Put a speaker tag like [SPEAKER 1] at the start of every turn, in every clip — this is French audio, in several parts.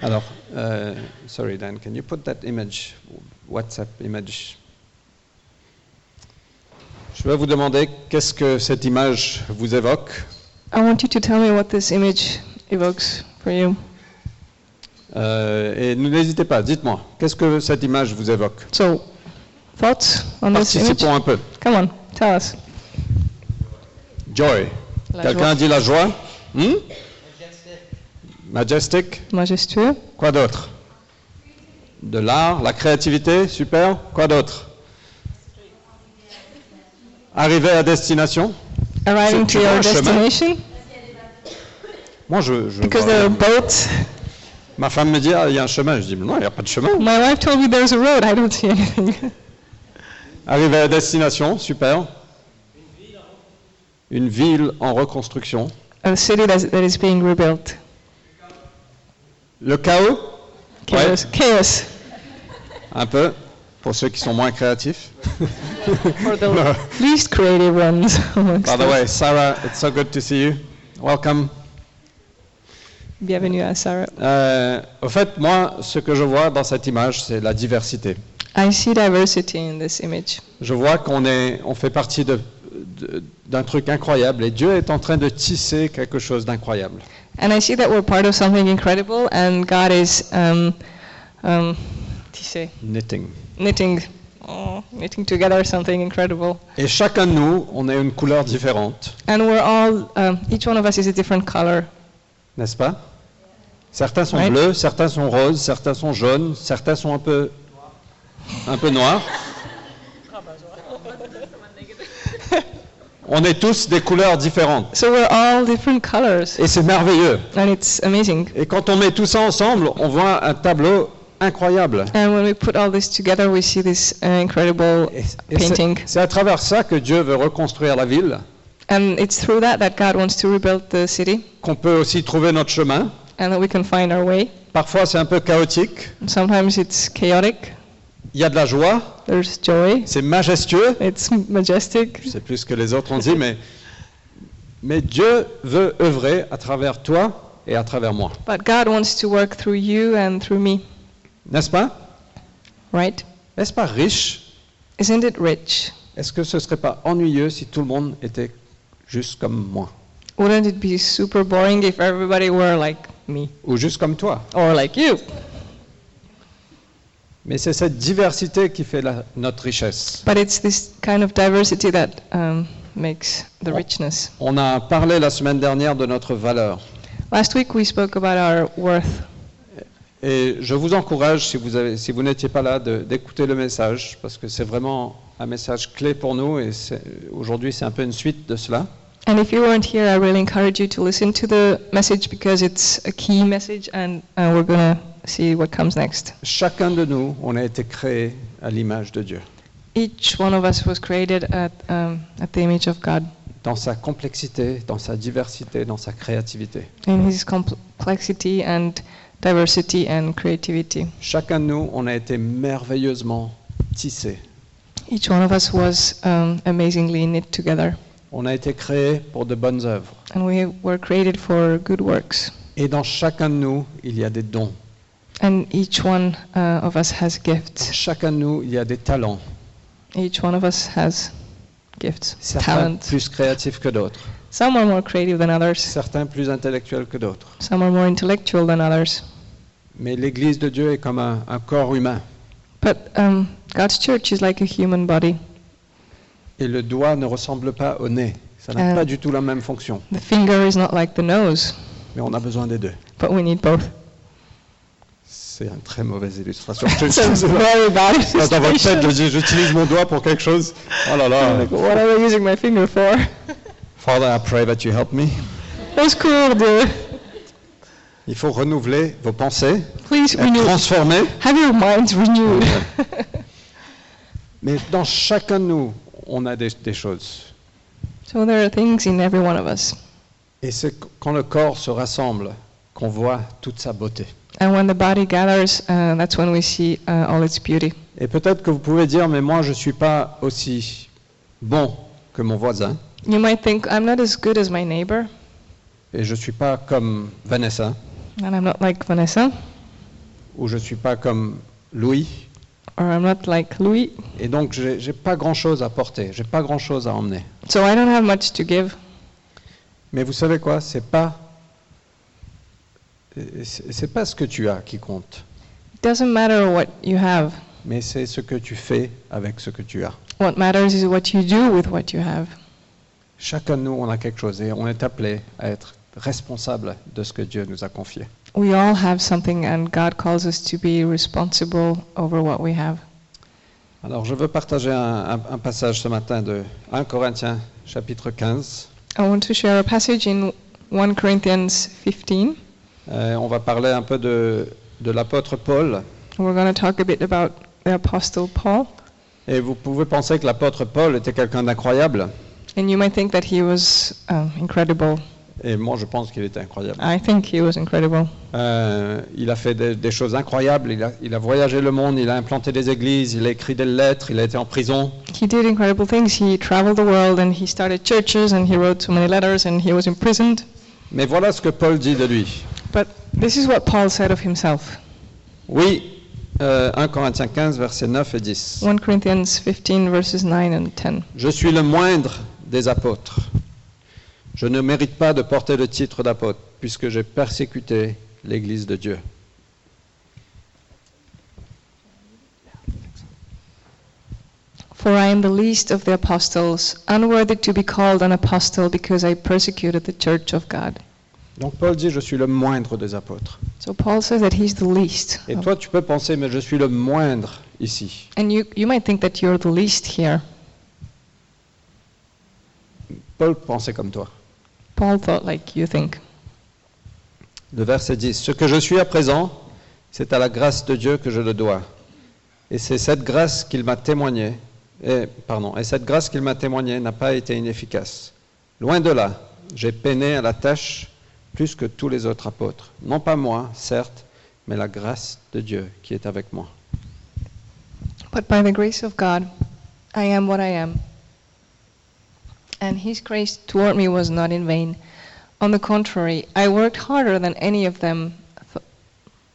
[SPEAKER 1] Alors, euh, sorry, Dan, can you put that image, WhatsApp image? Je vais vous demander qu'est-ce que cette image vous évoque.
[SPEAKER 2] I want you to tell me what this image evokes for you.
[SPEAKER 1] Euh, et n'hésitez pas, dites-moi, qu'est-ce que cette image vous évoque?
[SPEAKER 2] So, thoughts on this image?
[SPEAKER 1] Participons un peu.
[SPEAKER 2] Come on, tell us.
[SPEAKER 1] Joy.
[SPEAKER 2] La
[SPEAKER 1] Quelqu'un
[SPEAKER 2] joie.
[SPEAKER 1] dit la joie? Hmm? Majestic.
[SPEAKER 2] Majestueux,
[SPEAKER 1] Quoi d'autre? De l'art, la créativité, super. Quoi d'autre? Arriver à destination.
[SPEAKER 2] arriving
[SPEAKER 1] Tu
[SPEAKER 2] to your
[SPEAKER 1] vois un chemin?
[SPEAKER 2] destination
[SPEAKER 1] Moi, je. je
[SPEAKER 2] because
[SPEAKER 1] vois-
[SPEAKER 2] there are boats.
[SPEAKER 1] Ma femme me dit ah, il y a un chemin. Je dis mais non, il n'y a pas de chemin.
[SPEAKER 2] My wife told me there's a road. I don't see anything.
[SPEAKER 1] Arrivé à destination, super. Une ville en reconstruction.
[SPEAKER 2] a city that's, that is being rebuilt.
[SPEAKER 1] Le chaos, Ouais.
[SPEAKER 2] Chaos. Chaos.
[SPEAKER 1] un peu, pour ceux qui sont moins créatifs.
[SPEAKER 2] Least creative ones amongst
[SPEAKER 1] By the
[SPEAKER 2] us.
[SPEAKER 1] way, Sarah, it's so good to see you. Welcome.
[SPEAKER 2] Bienvenue à Sarah.
[SPEAKER 1] Euh, au fait, moi, ce que je vois dans cette image, c'est la diversité.
[SPEAKER 2] I see diversity in this image.
[SPEAKER 1] Je vois qu'on est, on fait partie de- de- d'un truc incroyable et Dieu est en train de tisser quelque chose d'incroyable.
[SPEAKER 2] And I see that we're part of something incredible, and God is, um, um, what do you say,
[SPEAKER 1] Knitting.
[SPEAKER 2] knitting, oh, knitting together something incredible.
[SPEAKER 1] Et chacun de nous, on est une couleur différente.
[SPEAKER 2] And we're all, um, each one of us is a different color.
[SPEAKER 1] n'est-ce pas Certains sont
[SPEAKER 2] Ouais.
[SPEAKER 1] bleus, certains sont roses, certains sont jaunes, certains sont un peu, un peu noirs. On est tous des couleurs différentes.
[SPEAKER 2] So we're all different colors,
[SPEAKER 1] Et c'est merveilleux.
[SPEAKER 2] and it's amazing.
[SPEAKER 1] Et quand on met tout ça ensemble, on voit un tableau incroyable.
[SPEAKER 2] And when we put all this together, we see this uh, incredible
[SPEAKER 1] Et- et c'est-
[SPEAKER 2] painting.
[SPEAKER 1] C'est à travers ça que Dieu veut reconstruire la ville,
[SPEAKER 2] And it's through that that God wants to rebuild the city,
[SPEAKER 1] qu'on peut aussi trouver notre chemin.
[SPEAKER 2] and that we can find our way.
[SPEAKER 1] Parfois c'est un peu chaotique,
[SPEAKER 2] And sometimes it's chaotic.
[SPEAKER 1] il y a de la joie,
[SPEAKER 2] There's joy.
[SPEAKER 1] c'est majestueux,
[SPEAKER 2] It's majestic.
[SPEAKER 1] Je sais plus ce que les autres ont dit, mais, mais Dieu veut œuvrer à travers toi et à travers moi.
[SPEAKER 2] But God wants to work through you and through me,
[SPEAKER 1] N'est-ce pas
[SPEAKER 2] right?
[SPEAKER 1] N'est-ce pas riche
[SPEAKER 2] Isn't it rich?
[SPEAKER 1] Est-ce que ce ne serait pas ennuyeux si tout le monde était juste comme moi
[SPEAKER 2] Wouldn't it be super boring if everybody were like me
[SPEAKER 1] Ou juste comme toi
[SPEAKER 2] or like you?
[SPEAKER 1] Mais c'est cette diversité qui fait la- notre richesse.
[SPEAKER 2] But it's this kind of diversity that um, makes the richness.
[SPEAKER 1] On a parlé la semaine dernière de notre valeur.
[SPEAKER 2] Last week we spoke about our worth,
[SPEAKER 1] Et je vous encourage, si vous, avez- si vous n'étiez pas là, de- d'écouter le message, parce que c'est vraiment un message clé pour nous, et c'est- aujourd'hui c'est un peu une suite de cela.
[SPEAKER 2] and if you weren't here, I really encourage you to listen to the message because it's a key message, and uh, we're gonna see what comes next.
[SPEAKER 1] Chacun de nous, on a été créé à l'image de Dieu,
[SPEAKER 2] Each one of us was created at um, at the image of God.
[SPEAKER 1] dans sa complexité, dans sa diversité, dans sa créativité.
[SPEAKER 2] in his complexity and diversity and creativity.
[SPEAKER 1] Chacun de nous, on a été merveilleusement tissé.
[SPEAKER 2] Each one of us was um, amazingly knit together,
[SPEAKER 1] On a été créé pour de bonnes œuvres.
[SPEAKER 2] and we were created for good works.
[SPEAKER 1] Et dans chacun de nous, il y a des dons.
[SPEAKER 2] And each one uh, of us has
[SPEAKER 1] Dans
[SPEAKER 2] gifts.
[SPEAKER 1] chacun de nous, il y a des talents.
[SPEAKER 2] Each one of us has gifts,
[SPEAKER 1] Certains
[SPEAKER 2] talent.
[SPEAKER 1] plus créatifs que d'autres.
[SPEAKER 2] Some are more creative than others.
[SPEAKER 1] Certains plus intellectuels que d'autres.
[SPEAKER 2] Some are more intellectual than others.
[SPEAKER 1] Mais l'Église de Dieu est comme un, un corps humain.
[SPEAKER 2] But um, God's church is like a human body.
[SPEAKER 1] Et le doigt ne ressemble pas au nez. Ça n'a
[SPEAKER 2] Euh.
[SPEAKER 1] pas du tout la même fonction.
[SPEAKER 2] The finger is not like the nose,
[SPEAKER 1] Mais on a besoin des deux.
[SPEAKER 2] but we need both.
[SPEAKER 1] C'est une très mauvaise illustration. Je-
[SPEAKER 2] So it's very bad.
[SPEAKER 1] Là, dans votre tête, je dis, j'utilise mon doigt pour quelque chose. Oh là là.
[SPEAKER 2] Like, what am I using my finger for?
[SPEAKER 1] Father, I pray that you help me.
[SPEAKER 2] That's cool, dude.
[SPEAKER 1] Il faut renouveler vos pensées,
[SPEAKER 2] Please
[SPEAKER 1] être
[SPEAKER 2] renew.
[SPEAKER 1] transformé.
[SPEAKER 2] Have your minds renewed.
[SPEAKER 1] Mais dans chacun de nous, on a des, des choses.
[SPEAKER 2] so there are things in every one of us,
[SPEAKER 1] Et c'est qu- quand le corps se rassemble qu'on voit toute sa beauté.
[SPEAKER 2] and when the body gathers, uh, that's when we see uh, all its beauty.
[SPEAKER 1] Et peut-être que vous pouvez dire, mais moi, je ne suis pas aussi bon que mon voisin.
[SPEAKER 2] You might think I'm not as good as my neighbor,
[SPEAKER 1] Et je ne suis pas comme Vanessa.
[SPEAKER 2] and I'm not like Vanessa,
[SPEAKER 1] où je ne suis pas comme Louis.
[SPEAKER 2] or I'm not like Louis,
[SPEAKER 1] Et donc, j'ai n'ai pas grand-chose à porter, j'ai pas grand-chose à emmener.
[SPEAKER 2] so I don't have much to give.
[SPEAKER 1] Mais vous savez quoi C'est pas euh, c'est c'est pas ce que tu as qui compte,
[SPEAKER 2] It doesn't matter what you have.
[SPEAKER 1] mais c'est ce que tu fais avec ce que tu as.
[SPEAKER 2] What matters is what you do with what you have.
[SPEAKER 1] Chacun de nous, on a quelque chose et on est appelé à être responsable de ce que Dieu nous a confié.
[SPEAKER 2] We all have something, and God calls us to be responsible over what we have.
[SPEAKER 1] Alors, je veux partager un, un- un passage ce matin de 1 Corinthiens chapitre 15.
[SPEAKER 2] I want to share a passage in 1 Corinthians 15.
[SPEAKER 1] Euh, on va parler un peu de, de l'apôtre Paul.
[SPEAKER 2] We're going to talk a bit about the Apostle Paul.
[SPEAKER 1] Et vous pouvez penser que l'apôtre Paul était quelqu'un d'incroyable.
[SPEAKER 2] And you might think that he was um, incredible.
[SPEAKER 1] Et moi, je pense qu'il était incroyable.
[SPEAKER 2] I think he was incredible.
[SPEAKER 1] Euh, il a fait des, des choses incroyables. Il a, il a voyagé le monde, il a implanté des églises, il a écrit des lettres, il a été en prison.
[SPEAKER 2] He did incredible things. He traveled the world and he started churches and he wrote so many letters and he was imprisoned.
[SPEAKER 1] Mais voilà ce que Paul dit de lui.
[SPEAKER 2] But this is what Paul said of himself
[SPEAKER 1] Oui, euh, 1 Corinthiens 15, versets 9 et 10.
[SPEAKER 2] 1 Corinthians 15, verses 9 and 10.
[SPEAKER 1] Je suis le moindre des apôtres. Je ne mérite pas de porter le titre d'apôtre, puisque j'ai persécuté l'Église de Dieu.
[SPEAKER 2] For I am the least of the apostles, unworthy to be called an apostle because I persecuted the church of God.
[SPEAKER 1] Donc Paul dit, je suis le moindre des apôtres.
[SPEAKER 2] So Paul says that he's the least.
[SPEAKER 1] Et
[SPEAKER 2] of-
[SPEAKER 1] toi, tu peux penser, mais je suis le moindre ici.
[SPEAKER 2] and you, you might think that you're the least here.
[SPEAKER 1] Paul pensait comme toi.
[SPEAKER 2] Paul thought like you think.
[SPEAKER 1] Le verset 10. Ce que je suis à présent, c'est à la grâce de Dieu que je le dois. Et c'est cette grâce qu'il m'a témoignée, et, pardon, et cette grâce qu'il m'a témoignée n'a pas été inefficace. Loin de là, j'ai peiné à la tâche plus que tous les autres apôtres. Non pas moi, certes, mais la grâce de Dieu qui est avec moi.
[SPEAKER 2] But by the grace of God, I am what I am. And his grace toward me was not in vain. On the contrary, I worked harder than any of them, th-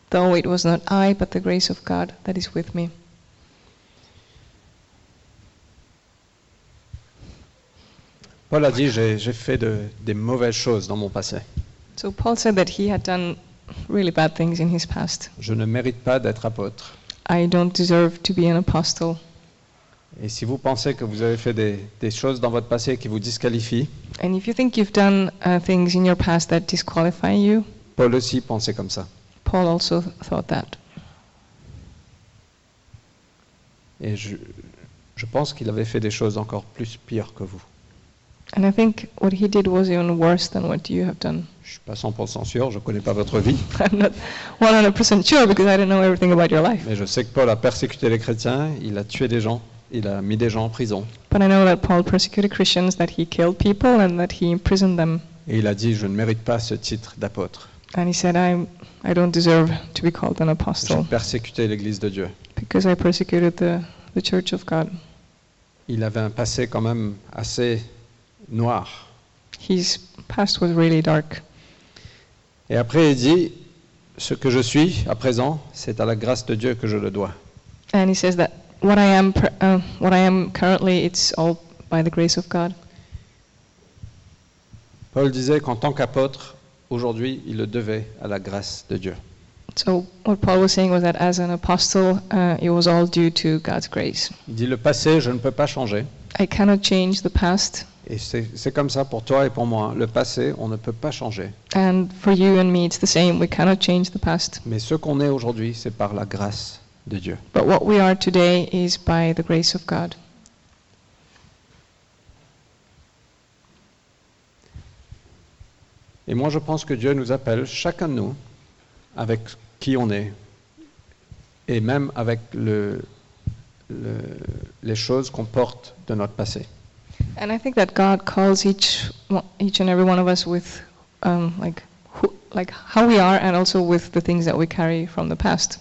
[SPEAKER 2] though it was not I, but the grace of God that is with me.
[SPEAKER 1] Paul a dit, j'ai j'ai fait de- des mauvaises choses dans mon passé.
[SPEAKER 2] So Paul said that he had done really bad things in his past.
[SPEAKER 1] Je ne mérite pas d'être apôtre.
[SPEAKER 2] I don't deserve to be an apostle.
[SPEAKER 1] Et si vous pensez que vous avez fait des, des choses dans votre passé qui vous disqualifient,
[SPEAKER 2] And if you think you've done uh, things in your past that disqualify you,
[SPEAKER 1] Paul aussi pensait comme ça.
[SPEAKER 2] Paul also thought that.
[SPEAKER 1] Et je, je pense qu'il avait fait des choses encore plus pires que vous.
[SPEAKER 2] And I think what he did was even worse than what you have done.
[SPEAKER 1] Je suis pas 100% sûr, je connais pas votre vie,
[SPEAKER 2] I'm not 100% sure because I don't know everything about your life.
[SPEAKER 1] mais je sais que Paul a persécuté les chrétiens, il a tué des gens, il a mis des gens en prison,
[SPEAKER 2] But I know that Paul persecuted Christians, that he killed people, and that he imprisoned them.
[SPEAKER 1] et il a dit je ne mérite pas ce titre d'apôtre.
[SPEAKER 2] And he said, I, I don't deserve to be called an
[SPEAKER 1] J'ai
[SPEAKER 2] apostle
[SPEAKER 1] persécuté l'Église de Dieu.
[SPEAKER 2] because I persecuted the, the church of God.
[SPEAKER 1] Il avait un passé quand même assez noir.
[SPEAKER 2] His past was really dark.
[SPEAKER 1] Et après il dit ce que je suis à présent, c'est à la grâce de Dieu que je le dois.
[SPEAKER 2] And he says that what I am, per, uh, what I am currently, it's all by the grace of God.
[SPEAKER 1] Paul disait qu'en tant qu'apôtre, aujourd'hui, il le devait à la grâce de Dieu.
[SPEAKER 2] So what Paul was saying was that as an apostle, uh, it was all due to God's grace.
[SPEAKER 1] Il dit le passé, je ne peux pas changer.
[SPEAKER 2] I cannot change the past,
[SPEAKER 1] Et c'est c'est comme ça pour toi et pour moi. Le passé, on ne peut pas changer.
[SPEAKER 2] and for you and me, it's the same. We cannot change the past.
[SPEAKER 1] Mais ce qu'on est aujourd'hui, c'est par la grâce de Dieu.
[SPEAKER 2] But what we are today is by the grace of God.
[SPEAKER 1] Et moi, je pense que Dieu nous appelle, chacun de nous, avec qui on est, et même avec le- le- les choses qu'on porte de notre passé.
[SPEAKER 2] And I think that God calls each one- each and every one of us with um, like who, like how we are, and also with the things that we carry from the past.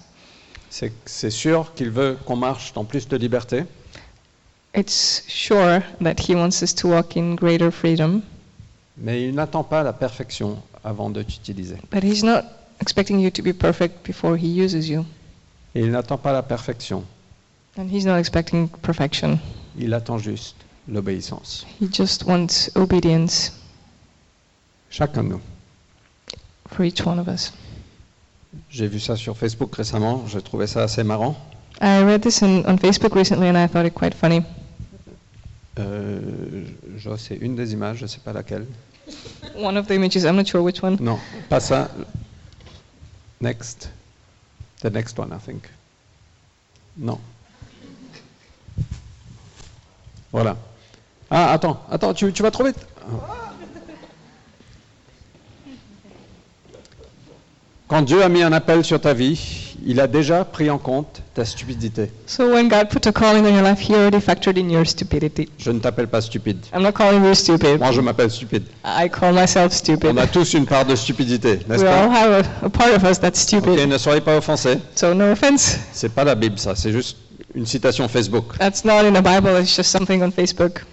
[SPEAKER 1] C'est c'est sûr qu'il veut qu'on marche dans plus de liberté,
[SPEAKER 2] It's sure that He wants us to walk in greater freedom,
[SPEAKER 1] mais il n'attend pas la perfection avant de t'utiliser.
[SPEAKER 2] but He's not expecting you to be perfect before He uses you.
[SPEAKER 1] Et il n'attend pas la perfection,
[SPEAKER 2] And He's not expecting perfection.
[SPEAKER 1] il attend juste l'obéissance.
[SPEAKER 2] He just wants obedience
[SPEAKER 1] Chacun de nous.
[SPEAKER 2] for each one of us.
[SPEAKER 1] J'ai vu ça sur Facebook récemment, j'ai trouvé ça assez marrant.
[SPEAKER 2] I read this in, on Facebook recently and I thought it quite funny.
[SPEAKER 1] Euh, je- c'est une des images, je ne sais pas laquelle.
[SPEAKER 2] One of the images, I'm not sure which one.
[SPEAKER 1] Non, pas ça. Next. The next one, I think. Non. Voilà. Ah, attends, attends, tu, tu vas trop vite. Quand Dieu a mis un appel sur ta vie, il a déjà pris en compte ta stupidité.
[SPEAKER 2] So when God put a calling on your life, He already factored in your stupidity.
[SPEAKER 1] Je ne t'appelle pas stupide.
[SPEAKER 2] I'm not calling you stupid.
[SPEAKER 1] Moi, je m'appelle stupide.
[SPEAKER 2] I call myself
[SPEAKER 1] On
[SPEAKER 2] stupid.
[SPEAKER 1] a tous une part de stupidité, n'est-ce
[SPEAKER 2] We all
[SPEAKER 1] pas
[SPEAKER 2] have a, a part of us that's
[SPEAKER 1] Ok,
[SPEAKER 2] stupid.
[SPEAKER 1] ne soyez pas offensés.
[SPEAKER 2] So no offense.
[SPEAKER 1] C'est pas la Bible, ça. C'est juste une citation Facebook.
[SPEAKER 2] That's not in the Bible. It's just something on Facebook.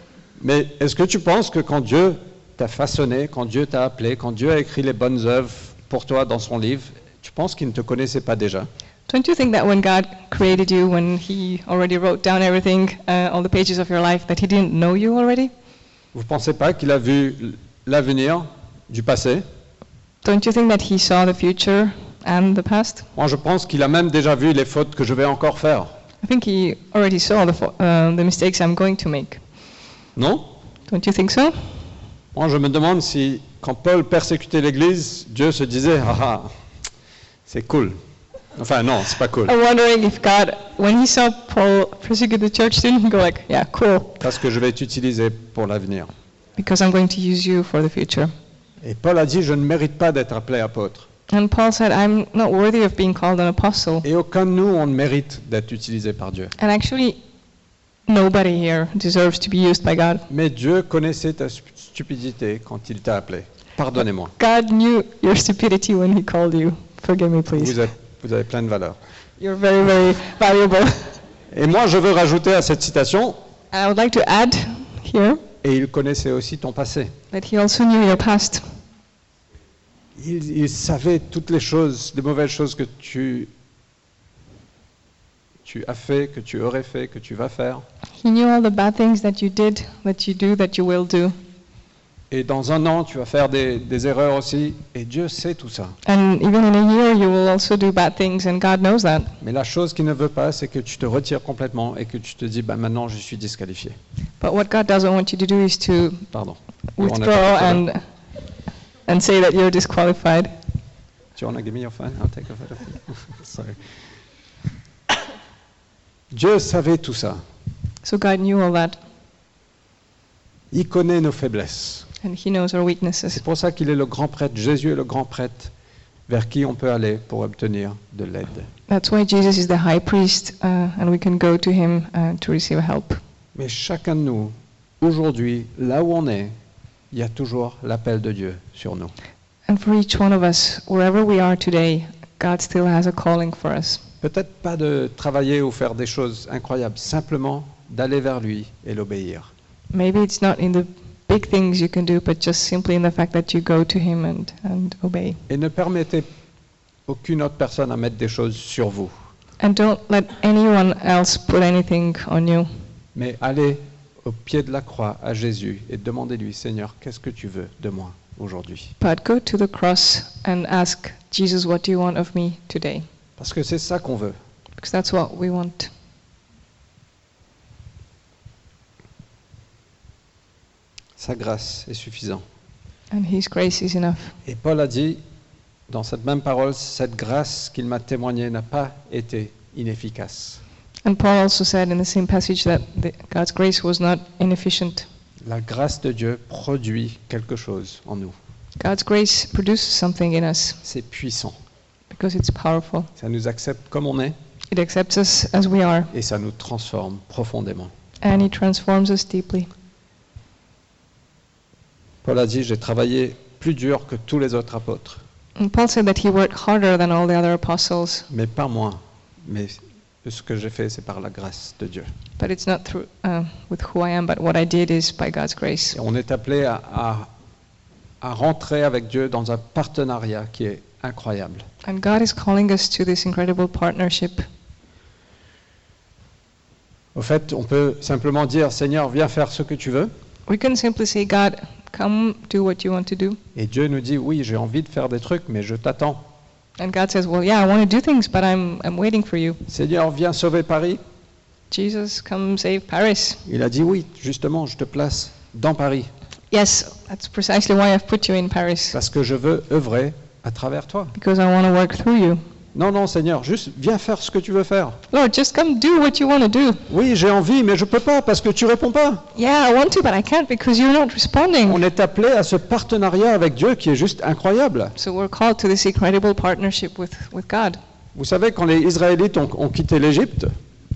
[SPEAKER 1] Mais est-ce que tu penses que quand Dieu t'a façonné, quand Dieu t'a appelé, quand Dieu a écrit les bonnes œuvres pour toi dans son livre, tu penses qu'il ne te connaissait pas déjà
[SPEAKER 2] Don't you think that when God created you, when He already wrote down everything, uh, all the pages of your life, that He didn't know you already?
[SPEAKER 1] Vous ne pensez pas qu'il a vu l'avenir du passé
[SPEAKER 2] Don't you think that He saw the future and the past?
[SPEAKER 1] Moi, je pense qu'il a même déjà vu les fautes que je vais encore faire.
[SPEAKER 2] I think He already saw the, fo- uh, the mistakes I'm going to make.
[SPEAKER 1] Non
[SPEAKER 2] Don't you think so?
[SPEAKER 1] Moi, je me demande si, quand Paul persécutait l'Église, Dieu se disait Ah ah, c'est cool. Enfin, non, c'est pas cool.
[SPEAKER 2] I'm wondering if God, when He saw Paul persecute the church, didn't He go like, "Yeah, cool,
[SPEAKER 1] Parce que je vais t'utiliser pour l'avenir.
[SPEAKER 2] because I'm going to use you for the future."
[SPEAKER 1] Et Paul a dit Je ne mérite pas d'être appelé apôtre.
[SPEAKER 2] And Paul said, "I'm not worthy of being called an apostle."
[SPEAKER 1] Et aucun de nous, on ne mérite d'être utilisé par Dieu.
[SPEAKER 2] And actually, nobody here deserves to be used by God.
[SPEAKER 1] Mais Dieu connaissait ta stu- stupidité quand il t'a appelé. Pardonnez-moi.
[SPEAKER 2] God knew your stupidity when He called you. Forgive me, please.
[SPEAKER 1] Vous, êtes- vous avez plein de valeur.
[SPEAKER 2] You're very, very valuable.
[SPEAKER 1] Et moi, je veux rajouter à cette citation
[SPEAKER 2] And I would like to add here
[SPEAKER 1] Et il connaissait aussi ton passé.
[SPEAKER 2] that He also knew your past.
[SPEAKER 1] Il, il savait toutes les choses, les mauvaises choses que tu, tu as fait, que tu aurais fait, que tu vas faire.
[SPEAKER 2] He knew all the bad things that you did, that you do, that you will do.
[SPEAKER 1] Et dans un an, tu vas faire des, des erreurs aussi. Et Dieu sait tout ça.
[SPEAKER 2] And even in a year, you will also do bad things, and God knows that.
[SPEAKER 1] Mais la chose qu'il ne veut pas, c'est que tu te retires complètement et que tu te dis, bah, maintenant, je suis disqualifié.
[SPEAKER 2] But what God doesn't want you to do is to
[SPEAKER 1] Pardon. On a
[SPEAKER 2] withdraw
[SPEAKER 1] pas fait tout à l'heure.
[SPEAKER 2] and and say that you're disqualified.
[SPEAKER 1] Do you want to give me your phone? I'll take a photo. Sorry. Dieu savait tout ça.
[SPEAKER 2] So God knew all that,
[SPEAKER 1] Il connaît nos faiblesses.
[SPEAKER 2] and He knows our weaknesses.
[SPEAKER 1] C'est pour ça qu'il est le grand prêtre. Jésus est le grand prêtre vers qui on peut aller pour obtenir de l'aide.
[SPEAKER 2] That's why Jesus is the high priest, uh, and we can go to Him uh, to receive help.
[SPEAKER 1] Mais chacun de nous, aujourd'hui, là où on est, il y a toujours l'appel de Dieu sur nous.
[SPEAKER 2] And for each one of us, wherever we are today, God still has a calling for us.
[SPEAKER 1] Peut-être pas de travailler ou faire des choses incroyables, simplement d'aller vers lui et l'obéir.
[SPEAKER 2] Maybe it's not in the big things you can do, but just simply in the fact that you go to Him and, and obey.
[SPEAKER 1] Et ne permettez aucune autre personne à mettre des choses sur vous.
[SPEAKER 2] And don't let anyone else put anything on you.
[SPEAKER 1] Mais allez au pied de la croix à Jésus et demandez-lui, Seigneur, qu'est-ce que tu veux de moi aujourd'hui
[SPEAKER 2] But go to the cross and ask Jesus, what do you want of me today?
[SPEAKER 1] Parce que c'est ça qu'on veut.
[SPEAKER 2] Because that's what we want.
[SPEAKER 1] Sa grâce est suffisante.
[SPEAKER 2] And His grace is enough.
[SPEAKER 1] Et Paul a dit, dans cette même parole, cette grâce qu'il m'a témoignée n'a pas été inefficace.
[SPEAKER 2] And Paul also said in the same passage that the, God's grace was not inefficient.
[SPEAKER 1] La grâce de Dieu produit quelque chose en nous.
[SPEAKER 2] God's grace produces something in us
[SPEAKER 1] C'est puissant.
[SPEAKER 2] because it's powerful.
[SPEAKER 1] Ça nous accepte comme on est
[SPEAKER 2] It accepts us as we are
[SPEAKER 1] et ça nous transforme profondément.
[SPEAKER 2] and it transforms us deeply.
[SPEAKER 1] Paul a dit, j'ai travaillé plus dur que tous les autres apôtres,
[SPEAKER 2] And Paul said that he worked harder than all the other apostles,
[SPEAKER 1] mais pas moins. Mais ce que j'ai fait, c'est par la grâce de Dieu.
[SPEAKER 2] but it's not through uh, with who I am, but what I did is by God's grace.
[SPEAKER 1] Et on est appelé à, à- à rentrer avec Dieu dans un partenariat qui est incroyable.
[SPEAKER 2] And God is calling us to this incredible partnership.
[SPEAKER 1] Au fait, on peut simplement dire Seigneur, viens faire ce que tu veux.
[SPEAKER 2] We can simply say, God, come do what you want to do.
[SPEAKER 1] Et Dieu nous dit Oui, j'ai envie de faire des trucs, mais je t'attends.
[SPEAKER 2] And God says, Well, yeah, I want to do things, but I'm, I'm waiting for you.
[SPEAKER 1] Seigneur, viens sauver Paris.
[SPEAKER 2] Jesus, come save Paris.
[SPEAKER 1] Il a dit Oui, justement, je te place dans Paris
[SPEAKER 2] Yes, that's precisely why I've put you in Paris,
[SPEAKER 1] parce que je veux œuvrer à travers toi.
[SPEAKER 2] because I want to work through you.
[SPEAKER 1] Non, non, Seigneur, juste viens faire ce que tu veux faire.
[SPEAKER 2] Lord, just come do what you want to do.
[SPEAKER 1] Oui, j'ai envie, mais je peux pas parce que tu réponds pas.
[SPEAKER 2] Yeah, I want to, but I can't because you're not responding.
[SPEAKER 1] On est appelé à ce partenariat avec Dieu qui est juste incroyable.
[SPEAKER 2] So we're called to this incredible partnership with, with God.
[SPEAKER 1] Vous savez, quand les Israélites ont, ont quitté l'Égypte,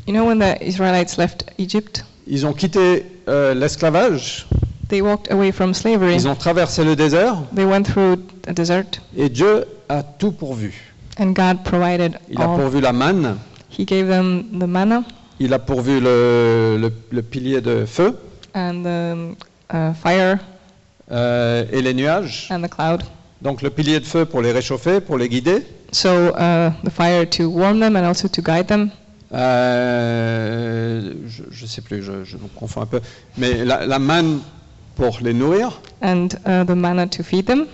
[SPEAKER 2] You know, when the Israelites left Egypt,
[SPEAKER 1] ils ont quitté euh, l'esclavage,
[SPEAKER 2] they walked away from slavery.
[SPEAKER 1] ils ont traversé le désert,
[SPEAKER 2] They went through a desert,
[SPEAKER 1] et Dieu a tout pourvu.
[SPEAKER 2] and God provided
[SPEAKER 1] Il a
[SPEAKER 2] all.
[SPEAKER 1] pourvu la manne,
[SPEAKER 2] He gave them the manna
[SPEAKER 1] il a pourvu le, le- le pilier de feu
[SPEAKER 2] and the uh, fire
[SPEAKER 1] euh, et les nuages.
[SPEAKER 2] and the cloud.
[SPEAKER 1] Donc le pilier de feu pour les réchauffer, pour les guider,
[SPEAKER 2] So uh, the fire to warm them and also to guide them.
[SPEAKER 1] Euh, je ne sais plus, je, je me confonds un peu. Mais la, la manne pour les nourrir,
[SPEAKER 2] and uh, the manna to feed them.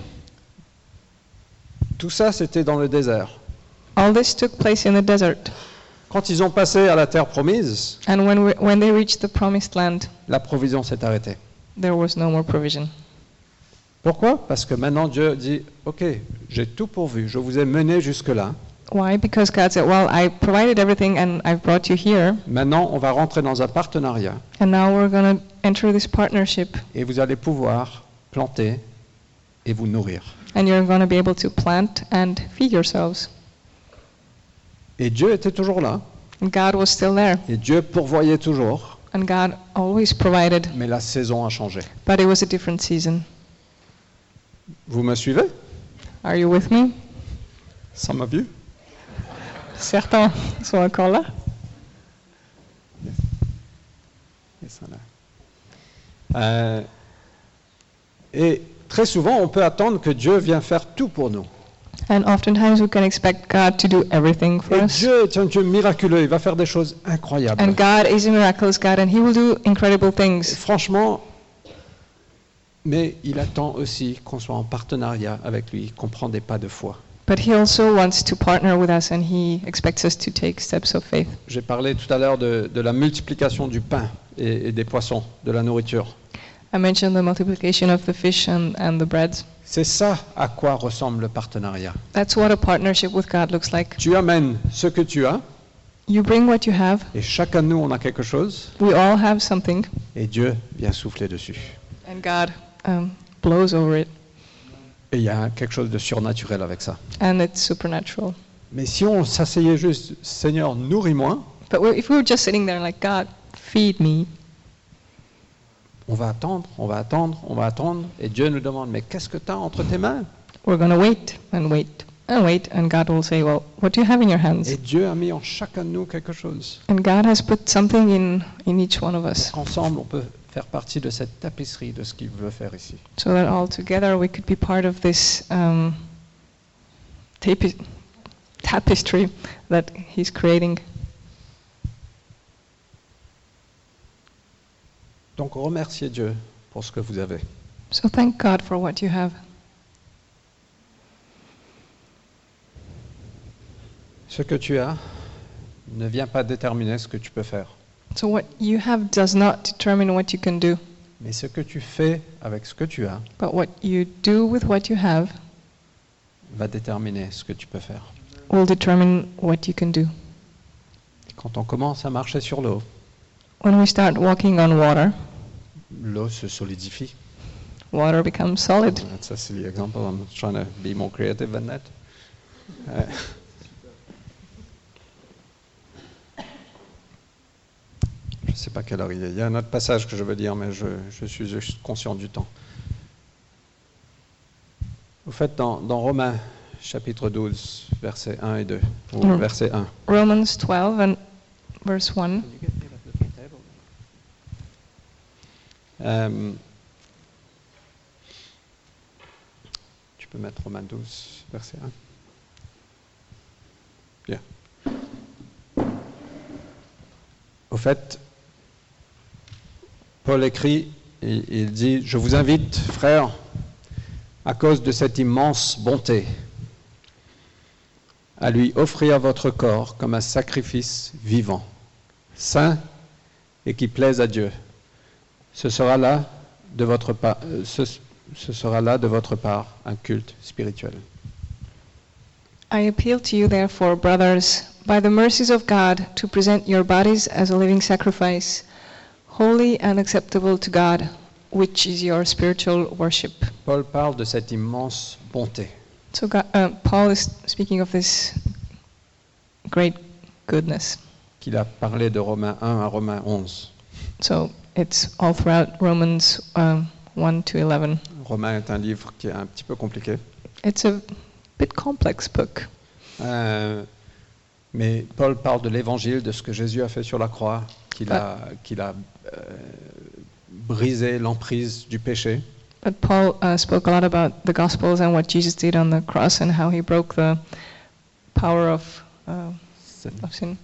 [SPEAKER 1] tout ça c'était dans le désert.
[SPEAKER 2] All this took place in the desert.
[SPEAKER 1] Quand ils ont passé à la terre promise,
[SPEAKER 2] And when, we, when they reached the promised land,
[SPEAKER 1] la provision s'est arrêtée.
[SPEAKER 2] there was no more provision.
[SPEAKER 1] Pourquoi Parce que maintenant Dieu dit Ok, j'ai tout pourvu, je vous ai mené jusque-là.
[SPEAKER 2] Why? Because God said, Well, I provided everything and I've brought you here,
[SPEAKER 1] Maintenant, on va rentrer dans un partenariat
[SPEAKER 2] and now we're going to enter this partnership,
[SPEAKER 1] et vous allez pouvoir planter et vous nourrir.
[SPEAKER 2] and you're going to be able to plant and feed yourselves.
[SPEAKER 1] Et Dieu était toujours là,
[SPEAKER 2] And God was still there,
[SPEAKER 1] et Dieu pourvoyait toujours,
[SPEAKER 2] and God always provided,
[SPEAKER 1] mais la saison a changé.
[SPEAKER 2] but it was a different season.
[SPEAKER 1] Vous me suivez
[SPEAKER 2] Are you with me?
[SPEAKER 1] Ça m'a vu
[SPEAKER 2] Certains sont encore là.
[SPEAKER 1] Yes, voilà. Euh, et très souvent, on peut attendre que Dieu vienne faire tout pour nous.
[SPEAKER 2] And oftentimes we can expect God to do everything for
[SPEAKER 1] Et
[SPEAKER 2] us.
[SPEAKER 1] Dieu est un Dieu miraculeux, il va faire des choses
[SPEAKER 2] And
[SPEAKER 1] incroyables.
[SPEAKER 2] God is a miraculous God, and He will do incredible
[SPEAKER 1] Et
[SPEAKER 2] things.
[SPEAKER 1] franchement, mais il attend aussi qu'on soit en partenariat avec lui, qu'on prend des pas de foi.
[SPEAKER 2] But He also wants to partner with us, and He expects us to take steps of faith.
[SPEAKER 1] J'ai parlé tout à l'heure de, de la multiplication du pain et, et des poissons, de la nourriture.
[SPEAKER 2] I mentioned the multiplication of the fish and, and the breads.
[SPEAKER 1] C'est ça à quoi ressemble le partenariat.
[SPEAKER 2] That's what a partnership with God looks like.
[SPEAKER 1] Tu amènes ce que tu as,
[SPEAKER 2] You bring what you have.
[SPEAKER 1] et chacun de nous, on a quelque chose,
[SPEAKER 2] We all have something,
[SPEAKER 1] et Dieu vient souffler dessus.
[SPEAKER 2] and God um, blows over it,
[SPEAKER 1] Et il y a quelque chose de surnaturel avec ça.
[SPEAKER 2] and it's supernatural.
[SPEAKER 1] Mais si on s'asseyait juste, Seigneur, nourris-moi,
[SPEAKER 2] But we- if we were just sitting there like, God, feed me,
[SPEAKER 1] on va attendre, on va attendre, on va attendre. Et Dieu nous demande, mais qu'est-ce que tu as entre tes mains
[SPEAKER 2] we're going to wait and wait and wait, and God will say, Well, what do you have in your hands?
[SPEAKER 1] Et Dieu a mis en chacun de nous quelque chose.
[SPEAKER 2] And God has put something in, in each one of us.
[SPEAKER 1] Pour qu'ensemble, on peut faire partie de cette tapisserie de ce qu'il veut faire ici.
[SPEAKER 2] so that all together we could be part of this um, tapi- tapestry that he's creating.
[SPEAKER 1] Donc remerciez Dieu pour ce que vous avez.
[SPEAKER 2] So thank God for what you have.
[SPEAKER 1] Ce que tu as ne vient pas déterminer ce que tu peux faire.
[SPEAKER 2] So what you have does not determine what you can do,
[SPEAKER 1] Mais ce que tu fais avec ce que tu as
[SPEAKER 2] but what you do with what you have
[SPEAKER 1] va déterminer ce que tu peux faire.
[SPEAKER 2] will determine what you can do.
[SPEAKER 1] Quand on commence à marcher sur l'eau,
[SPEAKER 2] When we start walking on water,
[SPEAKER 1] l'eau se solidifie.
[SPEAKER 2] water becomes solid.
[SPEAKER 1] That's a silly example. I'm trying to be more creative than that. Euh, je ne sais pas quelle heure il est. Il y a un autre passage que je veux dire, mais je, je suis juste conscient du temps. Au fait, dans, dans Romains chapitre 12, versets 1 et 2, ou
[SPEAKER 2] Mm.
[SPEAKER 1] verset 1,
[SPEAKER 2] Romans 12 and verse 1.
[SPEAKER 1] Euh, tu peux mettre Romains 12, verset 1. Bien. Au fait, Paul écrit, il, il dit, je vous invite, frères, à cause de cette immense bonté, à lui offrir votre corps comme un sacrifice vivant, saint et qui plaise à Dieu. Ce sera là de votre, pa- euh, ce- ce sera là de votre part un culte spirituel.
[SPEAKER 2] I appeal to you, therefore, brothers, by the mercies of God, to present your bodies as a living sacrifice, holy and acceptable to God, which is your spiritual worship.
[SPEAKER 1] Paul parle de cette immense bonté.
[SPEAKER 2] So God, uh, Paul is speaking of this great goodness.
[SPEAKER 1] qu'il a parlé de Romains 1 à Romains 11.
[SPEAKER 2] So it's all throughout Romans um, 1 to 11.
[SPEAKER 1] Romains est un livre qui est un petit peu compliqué,
[SPEAKER 2] It's a bit complex book,
[SPEAKER 1] Euh, mais Paul parle de l'évangile, de ce que Jésus a fait sur la croix, qu'il a, qu'il a euh, brisé l'emprise du péché,
[SPEAKER 2] but Paul uh, spoke a lot about the Gospels and what Jesus did on the cross and how he broke the power of, uh, of sin.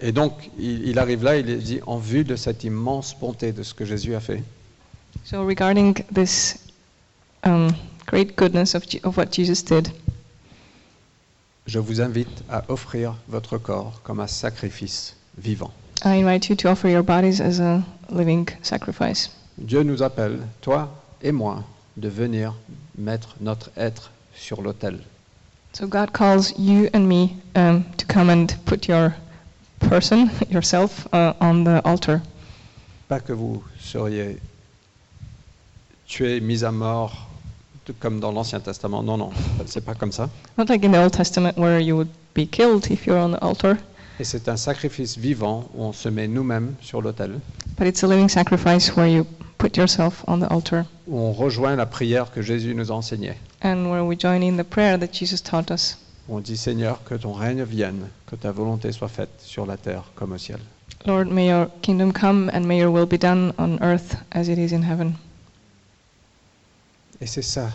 [SPEAKER 1] et donc il, il arrive là, il dit en vue de cette immense bonté de ce que Jésus a fait,
[SPEAKER 2] So regarding this um, great goodness of, Je- of what Jesus did,
[SPEAKER 1] je vous invite à offrir votre corps comme un sacrifice vivant.
[SPEAKER 2] I invite you to offer your bodies as a living sacrifice.
[SPEAKER 1] Dieu nous appelle, toi et moi, de venir mettre notre être sur l'autel.
[SPEAKER 2] So God calls you and me um, to come and put your person, yourself, uh, on the altar.
[SPEAKER 1] Pas que vous seriez tués, mis à mort, tout comme dans l'Ancien Testament. Non, non, c'est pas comme ça.
[SPEAKER 2] Not like in the Old Testament where you would be killed if you're on the altar,
[SPEAKER 1] Et c'est un sacrifice vivant où on se met nous-mêmes sur l'autel,
[SPEAKER 2] but it's a living sacrifice where you put yourself on the altar
[SPEAKER 1] où on rejoint la prière que Jésus nous a enseignée.
[SPEAKER 2] and where we join in the prayer that Jesus taught us.
[SPEAKER 1] On dit Seigneur, que ton règne vienne, que ta volonté soit faite sur la terre comme au ciel.
[SPEAKER 2] Lord, may your kingdom come and may your will be done on earth as it is in heaven.
[SPEAKER 1] Et c'est ça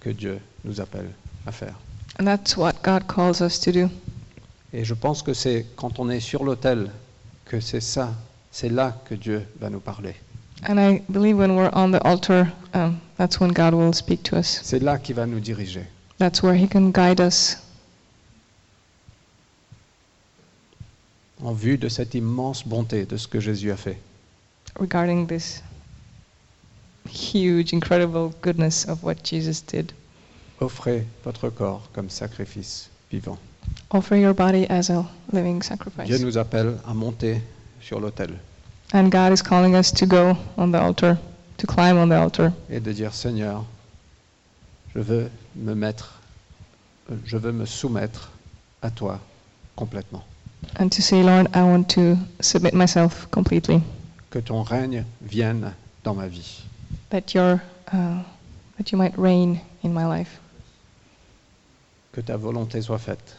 [SPEAKER 1] que Dieu nous appelle à faire.
[SPEAKER 2] And that's what God calls us to do.
[SPEAKER 1] Et je pense que c'est quand on est sur l'autel que c'est ça, c'est là que Dieu va nous parler.
[SPEAKER 2] And I believe when we're on the altar, um, that's when God will speak to us.
[SPEAKER 1] C'est là qu'il va nous diriger.
[SPEAKER 2] That's where He can guide us
[SPEAKER 1] en vue de cette immense bonté de ce que Jésus a fait.
[SPEAKER 2] regarding this huge, incredible goodness of what Jesus did.
[SPEAKER 1] Offrez votre corps comme sacrifice vivant.
[SPEAKER 2] Offer your body as a living sacrifice.
[SPEAKER 1] Dieu nous appelle à monter sur l'autel
[SPEAKER 2] And God is calling us to go on the altar, to climb on the altar,
[SPEAKER 1] et de dire Seigneur, je veux me mettre, euh, je veux me soumettre à toi complètement.
[SPEAKER 2] and to say, Lord, I want to submit myself completely,
[SPEAKER 1] Que ton règne vienne dans ma vie.
[SPEAKER 2] that your, uh, that you might reign in my life,
[SPEAKER 1] Que ta volonté soit faite.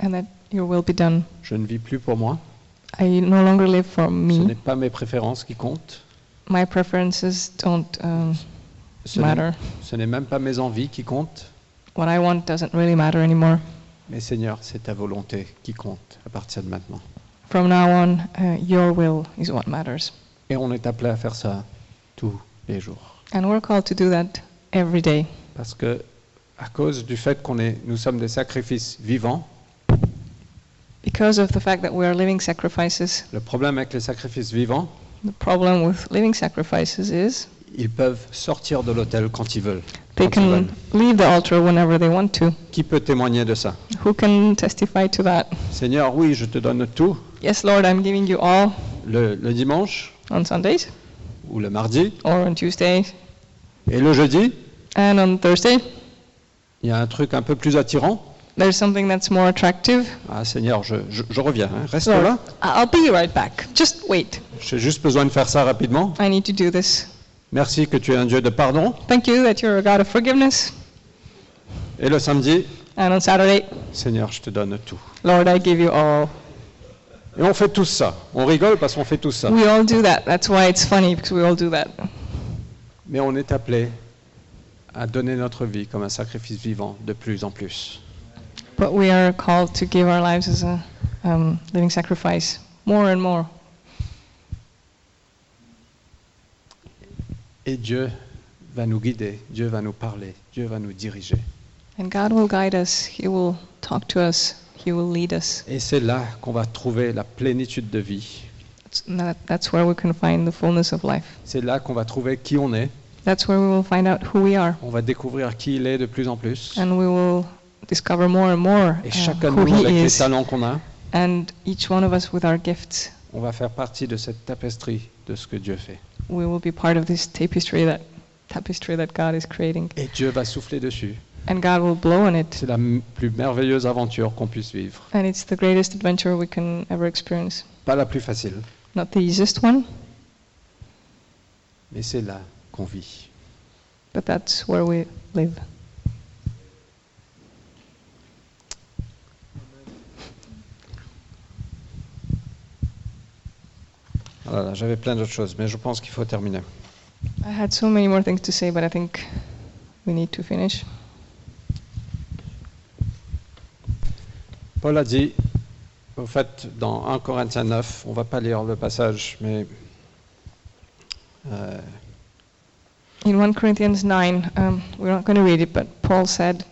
[SPEAKER 2] and that your will be done.
[SPEAKER 1] Je ne vis plus pour moi.
[SPEAKER 2] I no longer live for
[SPEAKER 1] Ce n'est
[SPEAKER 2] me.
[SPEAKER 1] pas mes préférences qui comptent.
[SPEAKER 2] My preferences don't um,
[SPEAKER 1] Ce n'est-
[SPEAKER 2] matter.
[SPEAKER 1] ce n'est même pas mes envies qui comptent.
[SPEAKER 2] What I want doesn't really matter anymore.
[SPEAKER 1] Mais Seigneur, c'est ta volonté qui compte à partir de maintenant.
[SPEAKER 2] From now on, uh, your will is what matters.
[SPEAKER 1] Et on est appelé à faire ça tous les jours.
[SPEAKER 2] And we're called to do that every day
[SPEAKER 1] Parce que à cause du fait qu'on est, nous sommes des sacrifices vivants,
[SPEAKER 2] because of the fact that we are living sacrifices.
[SPEAKER 1] le problème avec les sacrifices vivants,
[SPEAKER 2] The problem with living sacrifices is
[SPEAKER 1] ils peuvent sortir de l'autel quand ils veulent.
[SPEAKER 2] They
[SPEAKER 1] quand ils veulent.
[SPEAKER 2] can leave the altar whenever they want to.
[SPEAKER 1] Qui peut témoigner de ça
[SPEAKER 2] Who can testify to that?
[SPEAKER 1] Seigneur, oui, je te donne tout
[SPEAKER 2] Yes, Lord, I'm giving you all
[SPEAKER 1] le, le dimanche
[SPEAKER 2] on Sundays
[SPEAKER 1] ou le mardi
[SPEAKER 2] or on Tuesday
[SPEAKER 1] et le jeudi.
[SPEAKER 2] and on Thursday.
[SPEAKER 1] Il y a un truc un peu plus attirant.
[SPEAKER 2] There's something that's more attractive.
[SPEAKER 1] Ah Seigneur, je, je- je reviens. hein. Reste
[SPEAKER 2] Lord,
[SPEAKER 1] là.
[SPEAKER 2] I'll be right back. Just wait.
[SPEAKER 1] J'ai juste besoin de faire ça rapidement.
[SPEAKER 2] I need to do this.
[SPEAKER 1] Merci que tu es un Dieu de pardon.
[SPEAKER 2] Thank you that you're a God of forgiveness.
[SPEAKER 1] Et le samedi,
[SPEAKER 2] And on Saturday,
[SPEAKER 1] Seigneur, je te donne tout.
[SPEAKER 2] Lord, I give you all.
[SPEAKER 1] Et on fait tous ça. On rigole parce qu'on fait tous ça.
[SPEAKER 2] We all do that. That's why it's funny because we all do that.
[SPEAKER 1] Mais on est appelé à donner notre vie comme un sacrifice vivant de plus en plus.
[SPEAKER 2] But we are called to give our lives as a um, living sacrifice more and more.
[SPEAKER 1] Et Dieu va nous guider, Dieu va nous parler, Dieu va nous diriger.
[SPEAKER 2] And God will guide us, He will talk to us, He will lead us.
[SPEAKER 1] Et c'est là qu'on va trouver la plénitude de vie.
[SPEAKER 2] That's- and that- That's where we can find the fullness of life.
[SPEAKER 1] C'est là qu'on va trouver qui on est.
[SPEAKER 2] That's where we will find out who we are.
[SPEAKER 1] On va découvrir qui il est de plus en plus.
[SPEAKER 2] And we will discover more and more
[SPEAKER 1] Et
[SPEAKER 2] uh,
[SPEAKER 1] chacun de
[SPEAKER 2] who
[SPEAKER 1] nous, avec
[SPEAKER 2] He
[SPEAKER 1] les
[SPEAKER 2] is.
[SPEAKER 1] talents qu'on a,
[SPEAKER 2] And each one of us with our gifts,
[SPEAKER 1] on va faire partie de cette tapisserie de ce que Dieu fait.
[SPEAKER 2] we will be part of this tapestry that tapestry that God is creating.
[SPEAKER 1] Et Dieu va souffler dessus.
[SPEAKER 2] And God will blow on it.
[SPEAKER 1] C'est la m- plus merveilleuse aventure qu'on puisse vivre.
[SPEAKER 2] And it's the greatest adventure we can ever experience.
[SPEAKER 1] Pas la plus facile,
[SPEAKER 2] Not the easiest one,
[SPEAKER 1] mais c'est là qu'on vit.
[SPEAKER 2] but that's where we live.
[SPEAKER 1] Ah là là, J'avais plein d'autres choses, mais je pense qu'il faut terminer.
[SPEAKER 2] I had so many more things to say, but I think we need to finish.
[SPEAKER 1] Paul a dit, au fait, dans 1 Corinthiens 9, on ne va pas lire le passage, mais euh,
[SPEAKER 2] In 1 Corinthians 9, um, we're not going to read it, but Paul said,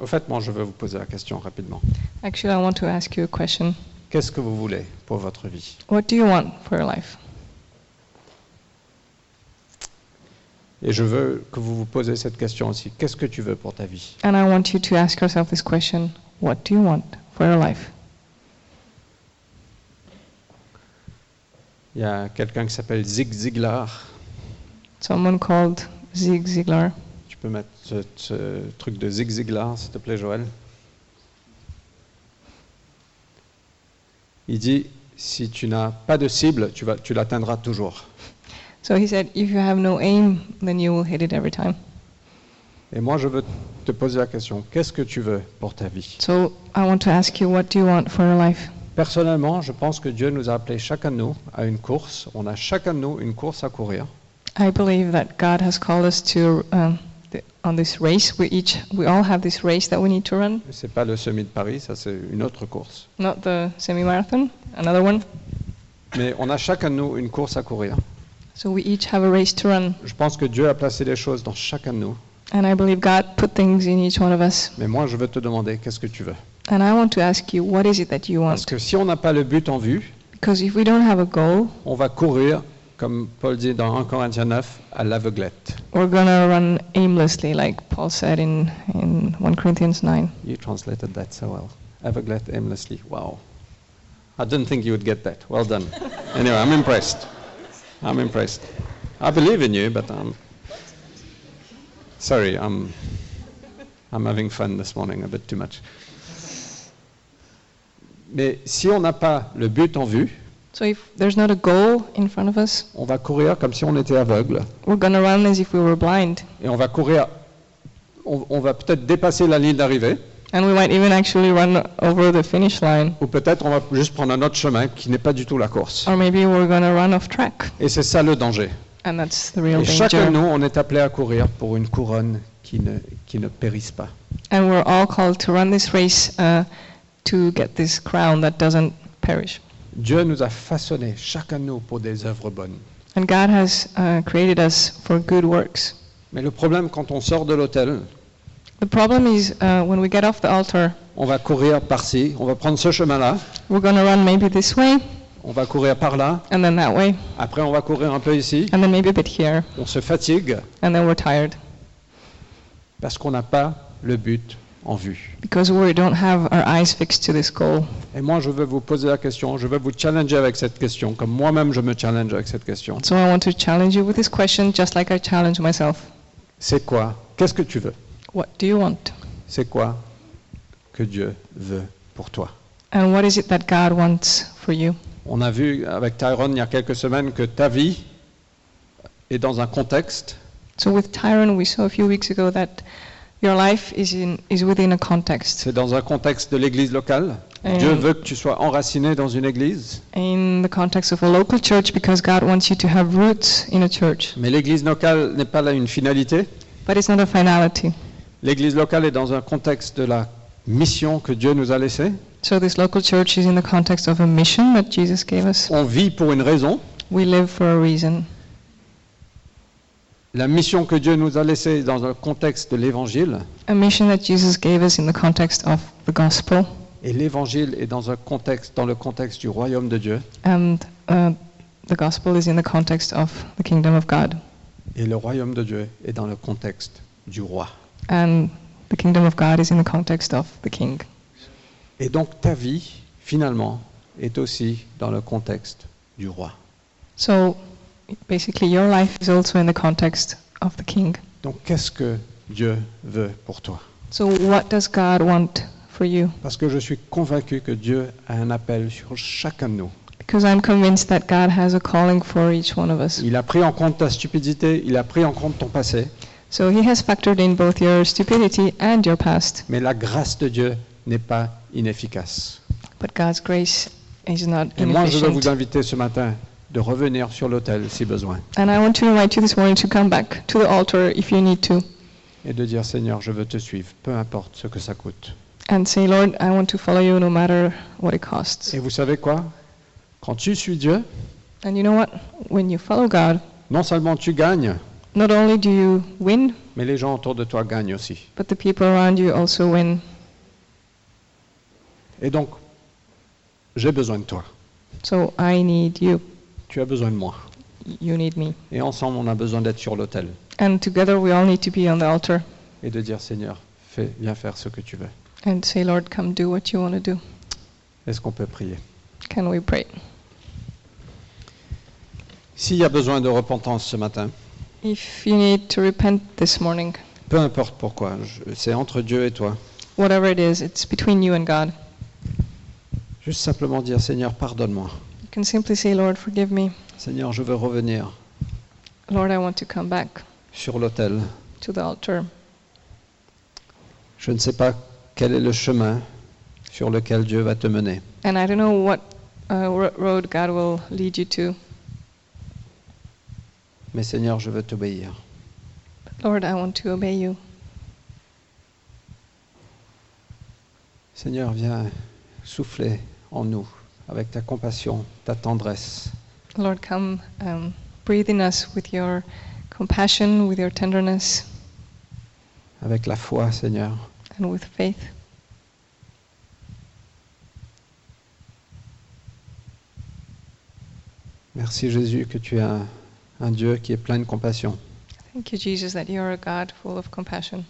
[SPEAKER 1] au fait, moi, je veux vous poser la question rapidement.
[SPEAKER 2] Actually, I want to ask you a question.
[SPEAKER 1] Qu'est-ce que vous voulez pour votre vie
[SPEAKER 2] What do you want for your life?
[SPEAKER 1] Et je veux que vous vous posez cette question aussi. Qu'est-ce que tu veux pour ta vie
[SPEAKER 2] And I want you to ask yourself this question What do you want for your life?
[SPEAKER 1] Il y a quelqu'un qui s'appelle Zig Ziglar.
[SPEAKER 2] Someone called Zig Ziglar.
[SPEAKER 1] Tu peux mettre ce, ce truc de Zig Ziglar, s'il te plaît, Joël. Il dit, si tu n'as pas de cible, tu, vas- tu l'atteindras toujours.
[SPEAKER 2] So he said, If you have no aim, then you will hit it every time.
[SPEAKER 1] Et moi, je veux te poser la question, qu'est-ce que tu veux pour ta vie
[SPEAKER 2] So I want to ask you, What do you want for your life?
[SPEAKER 1] Personnellement, je pense que Dieu nous a appelés chacun de nous à une course. On a chacun de nous une course à courir.
[SPEAKER 2] I believe that God has called us to um, the, on this race. We each, we all have this race that we need to run.
[SPEAKER 1] C'est pas le semi de Paris, ça c'est une autre course.
[SPEAKER 2] Not the semi-marathon, another one.
[SPEAKER 1] Mais on a chacun de nous une course à courir.
[SPEAKER 2] So we each have a race to run,
[SPEAKER 1] Je pense que Dieu a placé des choses dans chacun de nous.
[SPEAKER 2] and I believe God put things in each one of us.
[SPEAKER 1] Mais moi, je veux te demander, qu'est-ce que tu veux
[SPEAKER 2] And I want to ask you, what is it that you
[SPEAKER 1] Parce
[SPEAKER 2] want?
[SPEAKER 1] que si on n'a pas le but en vue,
[SPEAKER 2] Because if we don't have a goal,
[SPEAKER 1] on va courir, comme Paul dit dans 1 Corinthiens 9, à l'aveuglette.
[SPEAKER 2] we're gonna run aimlessly, like Paul said in in 1 Corinthians 9.
[SPEAKER 1] You translated that so well. Aveuglette aimlessly. Wow. I didn't think you would get that. Well done. anyway, I'm impressed. I'm impressed. I believe in you, but I'm sorry. I'm I'm having fun this morning a bit too much. Mais si on n'a pas le but en vue,
[SPEAKER 2] So if there's not a goal in front of us,
[SPEAKER 1] on va courir comme si on était aveugle.
[SPEAKER 2] we're gonna run as if we were blind,
[SPEAKER 1] Et on va courir, on, on va peut-être dépasser la ligne d'arrivée,
[SPEAKER 2] and we might even actually run over the finish line,
[SPEAKER 1] ou peut-être on va juste prendre un autre chemin qui n'est pas du tout la course.
[SPEAKER 2] or maybe we're gonna run off track,
[SPEAKER 1] Et c'est ça le danger.
[SPEAKER 2] and that's the real
[SPEAKER 1] Et chacun de
[SPEAKER 2] danger.
[SPEAKER 1] nous, on est appelé à courir pour une couronne qui ne, qui ne périsse pas.
[SPEAKER 2] And we're all called to run this race uh, to get this crown that doesn't perish.
[SPEAKER 1] Dieu nous a façonnés, chacun de nous, pour des œuvres bonnes.
[SPEAKER 2] And God has uh, created us for good works.
[SPEAKER 1] Mais le problème, quand on sort de l'autel,
[SPEAKER 2] The problem is uh, when we get off the altar,
[SPEAKER 1] on va courir par-ci, on va prendre ce chemin-là,
[SPEAKER 2] we're going to run maybe this way
[SPEAKER 1] on va courir par-là,
[SPEAKER 2] and then that way,
[SPEAKER 1] après on va courir un peu ici,
[SPEAKER 2] and then maybe a bit here,
[SPEAKER 1] on se fatigue
[SPEAKER 2] and then we're tired
[SPEAKER 1] parce qu'on n'a pas le but en vue.
[SPEAKER 2] because we don't have our eyes fixed to this goal.
[SPEAKER 1] Et moi, je veux vous poser la question, je veux vous challenger avec cette question, comme moi-même je me challenge avec cette question.
[SPEAKER 2] So I want to challenge you with this question, just like I challenge myself.
[SPEAKER 1] C'est quoi Qu'est-ce que tu veux
[SPEAKER 2] What do you want?
[SPEAKER 1] C'est quoi que Dieu veut pour toi
[SPEAKER 2] And what is it that God wants for you?
[SPEAKER 1] On a vu avec Tyrone il y a quelques semaines que ta vie est dans un contexte
[SPEAKER 2] So with Tyrone, we saw a few weeks ago that Your life is, in, is within a context.
[SPEAKER 1] C'est dans un contexte de l'église locale.
[SPEAKER 2] Et-
[SPEAKER 1] Dieu veut que tu sois enraciné dans une église,
[SPEAKER 2] in the context of a local church because God wants you to have roots in a church.
[SPEAKER 1] mais l'église locale n'est pas là une finalité.
[SPEAKER 2] But it's not a finality.
[SPEAKER 1] L'église locale est dans un contexte de la mission que Dieu nous a laissée.
[SPEAKER 2] So this local church is in the context of a mission that Jesus gave us.
[SPEAKER 1] On vit pour une raison.
[SPEAKER 2] We live for a reason.
[SPEAKER 1] La mission que Dieu nous a laissée est dans un contexte de l'évangile,
[SPEAKER 2] A mission that Jesus gave us in the context of the gospel.
[SPEAKER 1] et l'évangile est dans un contexte, dans le contexte du royaume de Dieu.
[SPEAKER 2] And uh, the gospel is in the context of the kingdom of God.
[SPEAKER 1] Et le royaume de Dieu est dans le contexte du roi.
[SPEAKER 2] And the kingdom of God is in the context of the king.
[SPEAKER 1] Et donc ta vie, finalement, est aussi dans le contexte du roi.
[SPEAKER 2] So basically, your life is also in the context of the king.
[SPEAKER 1] Donc qu'est-ce que Dieu veut pour toi
[SPEAKER 2] So, what does God want for you?
[SPEAKER 1] Parce que je suis convaincu que Dieu a un appel sur chacun de nous.
[SPEAKER 2] Because I'm convinced that God has a calling for each one of us.
[SPEAKER 1] Il a pris en compte ta stupidité, il a pris en compte ton passé,
[SPEAKER 2] So He has factored in both your stupidity and your past.
[SPEAKER 1] mais la grâce de Dieu n'est pas inefficace.
[SPEAKER 2] But God's grace is not
[SPEAKER 1] Et moi, je veux vous
[SPEAKER 2] inefficient.
[SPEAKER 1] inviter ce matin de revenir sur l'autel si besoin
[SPEAKER 2] And I want to invite you this morning to come back to the altar if you need to
[SPEAKER 1] et de dire Seigneur, je veux te suivre, peu importe ce que ça coûte.
[SPEAKER 2] and say, Lord, I want to follow you no matter what it costs.
[SPEAKER 1] Et vous savez quoi Quand tu suis Dieu,
[SPEAKER 2] And you know what? When you follow God,
[SPEAKER 1] non seulement tu gagnes,
[SPEAKER 2] not only do you win,
[SPEAKER 1] mais les gens autour de toi gagnent aussi.
[SPEAKER 2] but the people around you also win.
[SPEAKER 1] Et donc, j'ai besoin de toi.
[SPEAKER 2] So I need you.
[SPEAKER 1] Tu as besoin de moi.
[SPEAKER 2] You need me.
[SPEAKER 1] Et ensemble, on a besoin d'être sur l'autel
[SPEAKER 2] And together we all need to be on the altar
[SPEAKER 1] et de dire Seigneur, fais, viens faire ce que tu veux.
[SPEAKER 2] and say, Lord, come do what you want to do.
[SPEAKER 1] Est-ce qu'on peut prier
[SPEAKER 2] Can we pray?
[SPEAKER 1] S'il y a besoin de repentance ce matin,
[SPEAKER 2] If you need to repent this morning,
[SPEAKER 1] peu importe pourquoi, je- c'est entre Dieu et toi.
[SPEAKER 2] whatever it is, it's between you and God.
[SPEAKER 1] Juste simplement dire Seigneur, pardonne-moi.
[SPEAKER 2] You can simply say, Lord, forgive me.
[SPEAKER 1] Seigneur, je veux revenir
[SPEAKER 2] Lord, I want to come back
[SPEAKER 1] sur l'autel.
[SPEAKER 2] to the altar.
[SPEAKER 1] Je ne sais pas quel est le chemin sur lequel Dieu va te mener.
[SPEAKER 2] And I don't know what uh, ro- road God will lead you to.
[SPEAKER 1] Mais Seigneur, je veux t'obéir.
[SPEAKER 2] But Lord, I want to obey you.
[SPEAKER 1] Seigneur, viens souffler en nous avec ta compassion, ta tendresse.
[SPEAKER 2] Lord, come um, breathe in us with your compassion, with your tenderness,
[SPEAKER 1] avec la foi, Seigneur.
[SPEAKER 2] and with faith.
[SPEAKER 1] Merci Jésus que tu es un, un Dieu qui est plein de compassion.
[SPEAKER 2] Thank you, Jesus, that you are a God full of compassion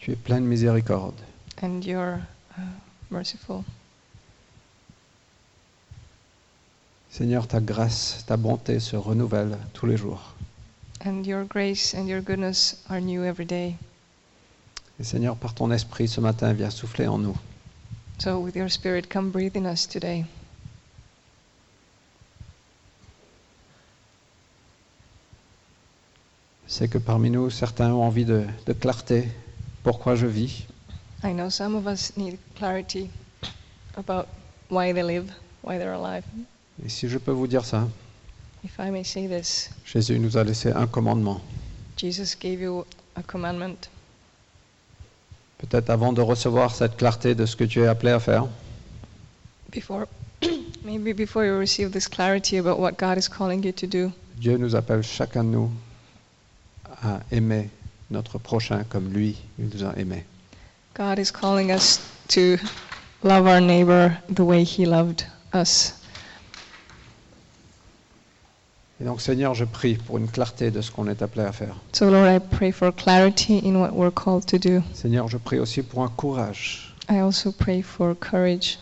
[SPEAKER 1] Tu es plein de miséricorde.
[SPEAKER 2] and you're uh, merciful.
[SPEAKER 1] Seigneur, ta grâce, ta bonté se renouvellent tous les jours.
[SPEAKER 2] And your grace and your goodness are new every day.
[SPEAKER 1] Et Seigneur, par ton esprit ce matin, viens souffler en nous.
[SPEAKER 2] So, with your Spirit, come breathe in us today.
[SPEAKER 1] Je sais que parmi nous, certains ont envie de, de clarté. Pourquoi je vis
[SPEAKER 2] I know some of us need clarity about why they live, why they're alive.
[SPEAKER 1] Et si je peux vous dire ça,
[SPEAKER 2] If I may say this,
[SPEAKER 1] Jésus nous a laissé un commandement.
[SPEAKER 2] Jesus gave you a commandment.
[SPEAKER 1] Peut-être avant de recevoir cette clarté de ce que tu es appelé à faire,
[SPEAKER 2] Before, maybe before you receive this clarity about what God is calling you to do,
[SPEAKER 1] Dieu nous appelle chacun de nous à aimer notre prochain comme lui, il nous a aimés.
[SPEAKER 2] God is calling us to love our neighbor the way He loved us.
[SPEAKER 1] Et donc Seigneur, je prie pour une clarté de ce qu'on est appelé à faire.
[SPEAKER 2] So, Lord, I pray for clarity in what we're called to do.
[SPEAKER 1] Seigneur, je prie aussi pour un courage,
[SPEAKER 2] I also pray for courage,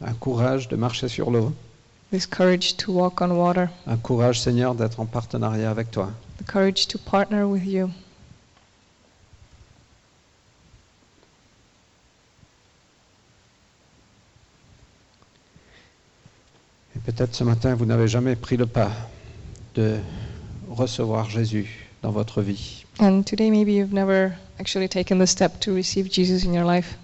[SPEAKER 1] un courage de marcher sur l'eau,
[SPEAKER 2] this courage to walk on water,
[SPEAKER 1] un courage Seigneur d'être en partenariat avec toi.
[SPEAKER 2] the courage to partner with you.
[SPEAKER 1] Et peut-être ce matin, vous n'avez jamais pris le pas de recevoir Jésus dans votre vie.
[SPEAKER 2] And today, maybe you've never actually taken the step to receive Jesus in your life.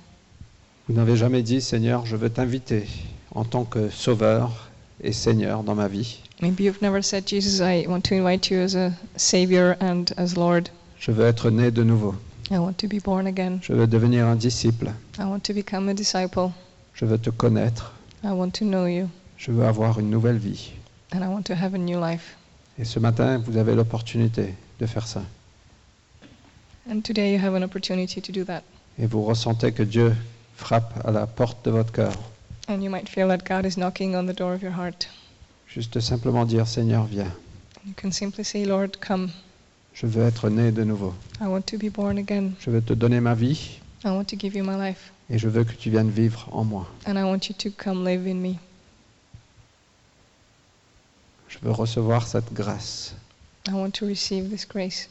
[SPEAKER 1] Vous n'avez jamais dit, Seigneur, je veux t'inviter en tant que sauveur et Seigneur dans ma vie.
[SPEAKER 2] Maybe you've never said, Jesus, I want to invite you as a Savior and as Lord.
[SPEAKER 1] Je veux être né de nouveau.
[SPEAKER 2] I want to be born again.
[SPEAKER 1] Je veux devenir un disciple.
[SPEAKER 2] I want to become a disciple.
[SPEAKER 1] Je veux te connaître.
[SPEAKER 2] I want to know you.
[SPEAKER 1] Je veux avoir une nouvelle vie.
[SPEAKER 2] And I want to have a new life.
[SPEAKER 1] Et ce matin, vous avez l'opportunité de faire ça.
[SPEAKER 2] And today, you have an opportunity to do that.
[SPEAKER 1] Et vous ressentez que Dieu frappe à la porte de votre cœur.
[SPEAKER 2] And you might feel that God is knocking on the door of your heart.
[SPEAKER 1] Juste simplement dire, Seigneur, viens.
[SPEAKER 2] You can simply say, Lord, come.
[SPEAKER 1] Je veux être né de nouveau.
[SPEAKER 2] I want to be born again.
[SPEAKER 1] Je veux te donner ma vie
[SPEAKER 2] I want to give you my life.
[SPEAKER 1] et je veux que tu viennes vivre en moi.
[SPEAKER 2] And I want you to come live in me.
[SPEAKER 1] Je veux recevoir cette grâce.
[SPEAKER 2] I want to receive this grace.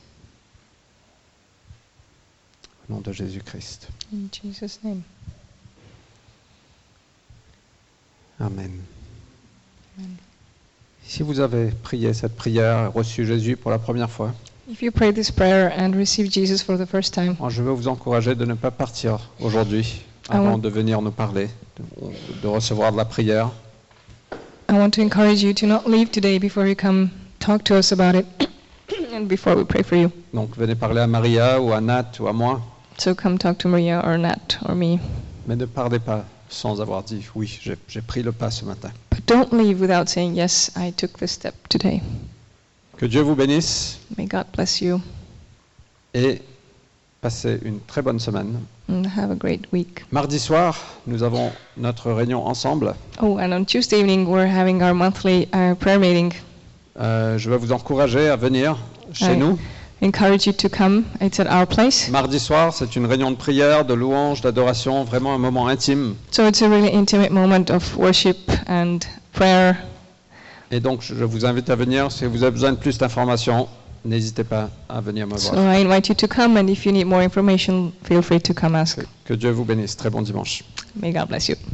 [SPEAKER 1] Au nom de Jésus-Christ.
[SPEAKER 2] In Jesus' name.
[SPEAKER 1] Amen.
[SPEAKER 2] Amen.
[SPEAKER 1] Si vous avez prié cette prière et reçu Jésus pour la première fois,
[SPEAKER 2] If you prayed this prayer and received Jesus for the first time,
[SPEAKER 1] je veux vous encourager de ne pas partir aujourd'hui
[SPEAKER 2] Ah
[SPEAKER 1] avant
[SPEAKER 2] ouais.
[SPEAKER 1] de venir nous parler, de, de recevoir de la prière.
[SPEAKER 2] I want to encourage you to not leave today before you come talk to us about it and before we pray for you.
[SPEAKER 1] Donc venez parler à Maria ou à Nat ou à moi,
[SPEAKER 2] So come talk to Maria or Nat or me.
[SPEAKER 1] mais ne parlez pas sans avoir dit oui, j'ai j'ai pris le pas ce matin.
[SPEAKER 2] But don't leave without saying, Yes, I took this step today.
[SPEAKER 1] Que Dieu vous bénisse
[SPEAKER 2] May God bless you
[SPEAKER 1] et passez une très bonne semaine.
[SPEAKER 2] and have a great week.
[SPEAKER 1] Mardi soir, nous avons notre réunion ensemble.
[SPEAKER 2] Oh, and on Tuesday evening, we're having our monthly uh, prayer meeting.
[SPEAKER 1] Euh, je vais vous encourager à venir chez
[SPEAKER 2] Ouais.
[SPEAKER 1] nous.
[SPEAKER 2] Encourage you to come. It's at our place.
[SPEAKER 1] Mardi soir, c'est une réunion de prière, de louange, d'adoration, vraiment un moment intime.
[SPEAKER 2] So it's a really intimate moment of worship and prayer.
[SPEAKER 1] Et donc, je vous invite à venir. Si vous avez besoin de plus d'informations, n'hésitez pas à venir me
[SPEAKER 2] So
[SPEAKER 1] voir.
[SPEAKER 2] I invite you to come, and if you need more information, feel free to come ask.
[SPEAKER 1] Que Dieu vous bénisse. Très bon dimanche.
[SPEAKER 2] May God bless you.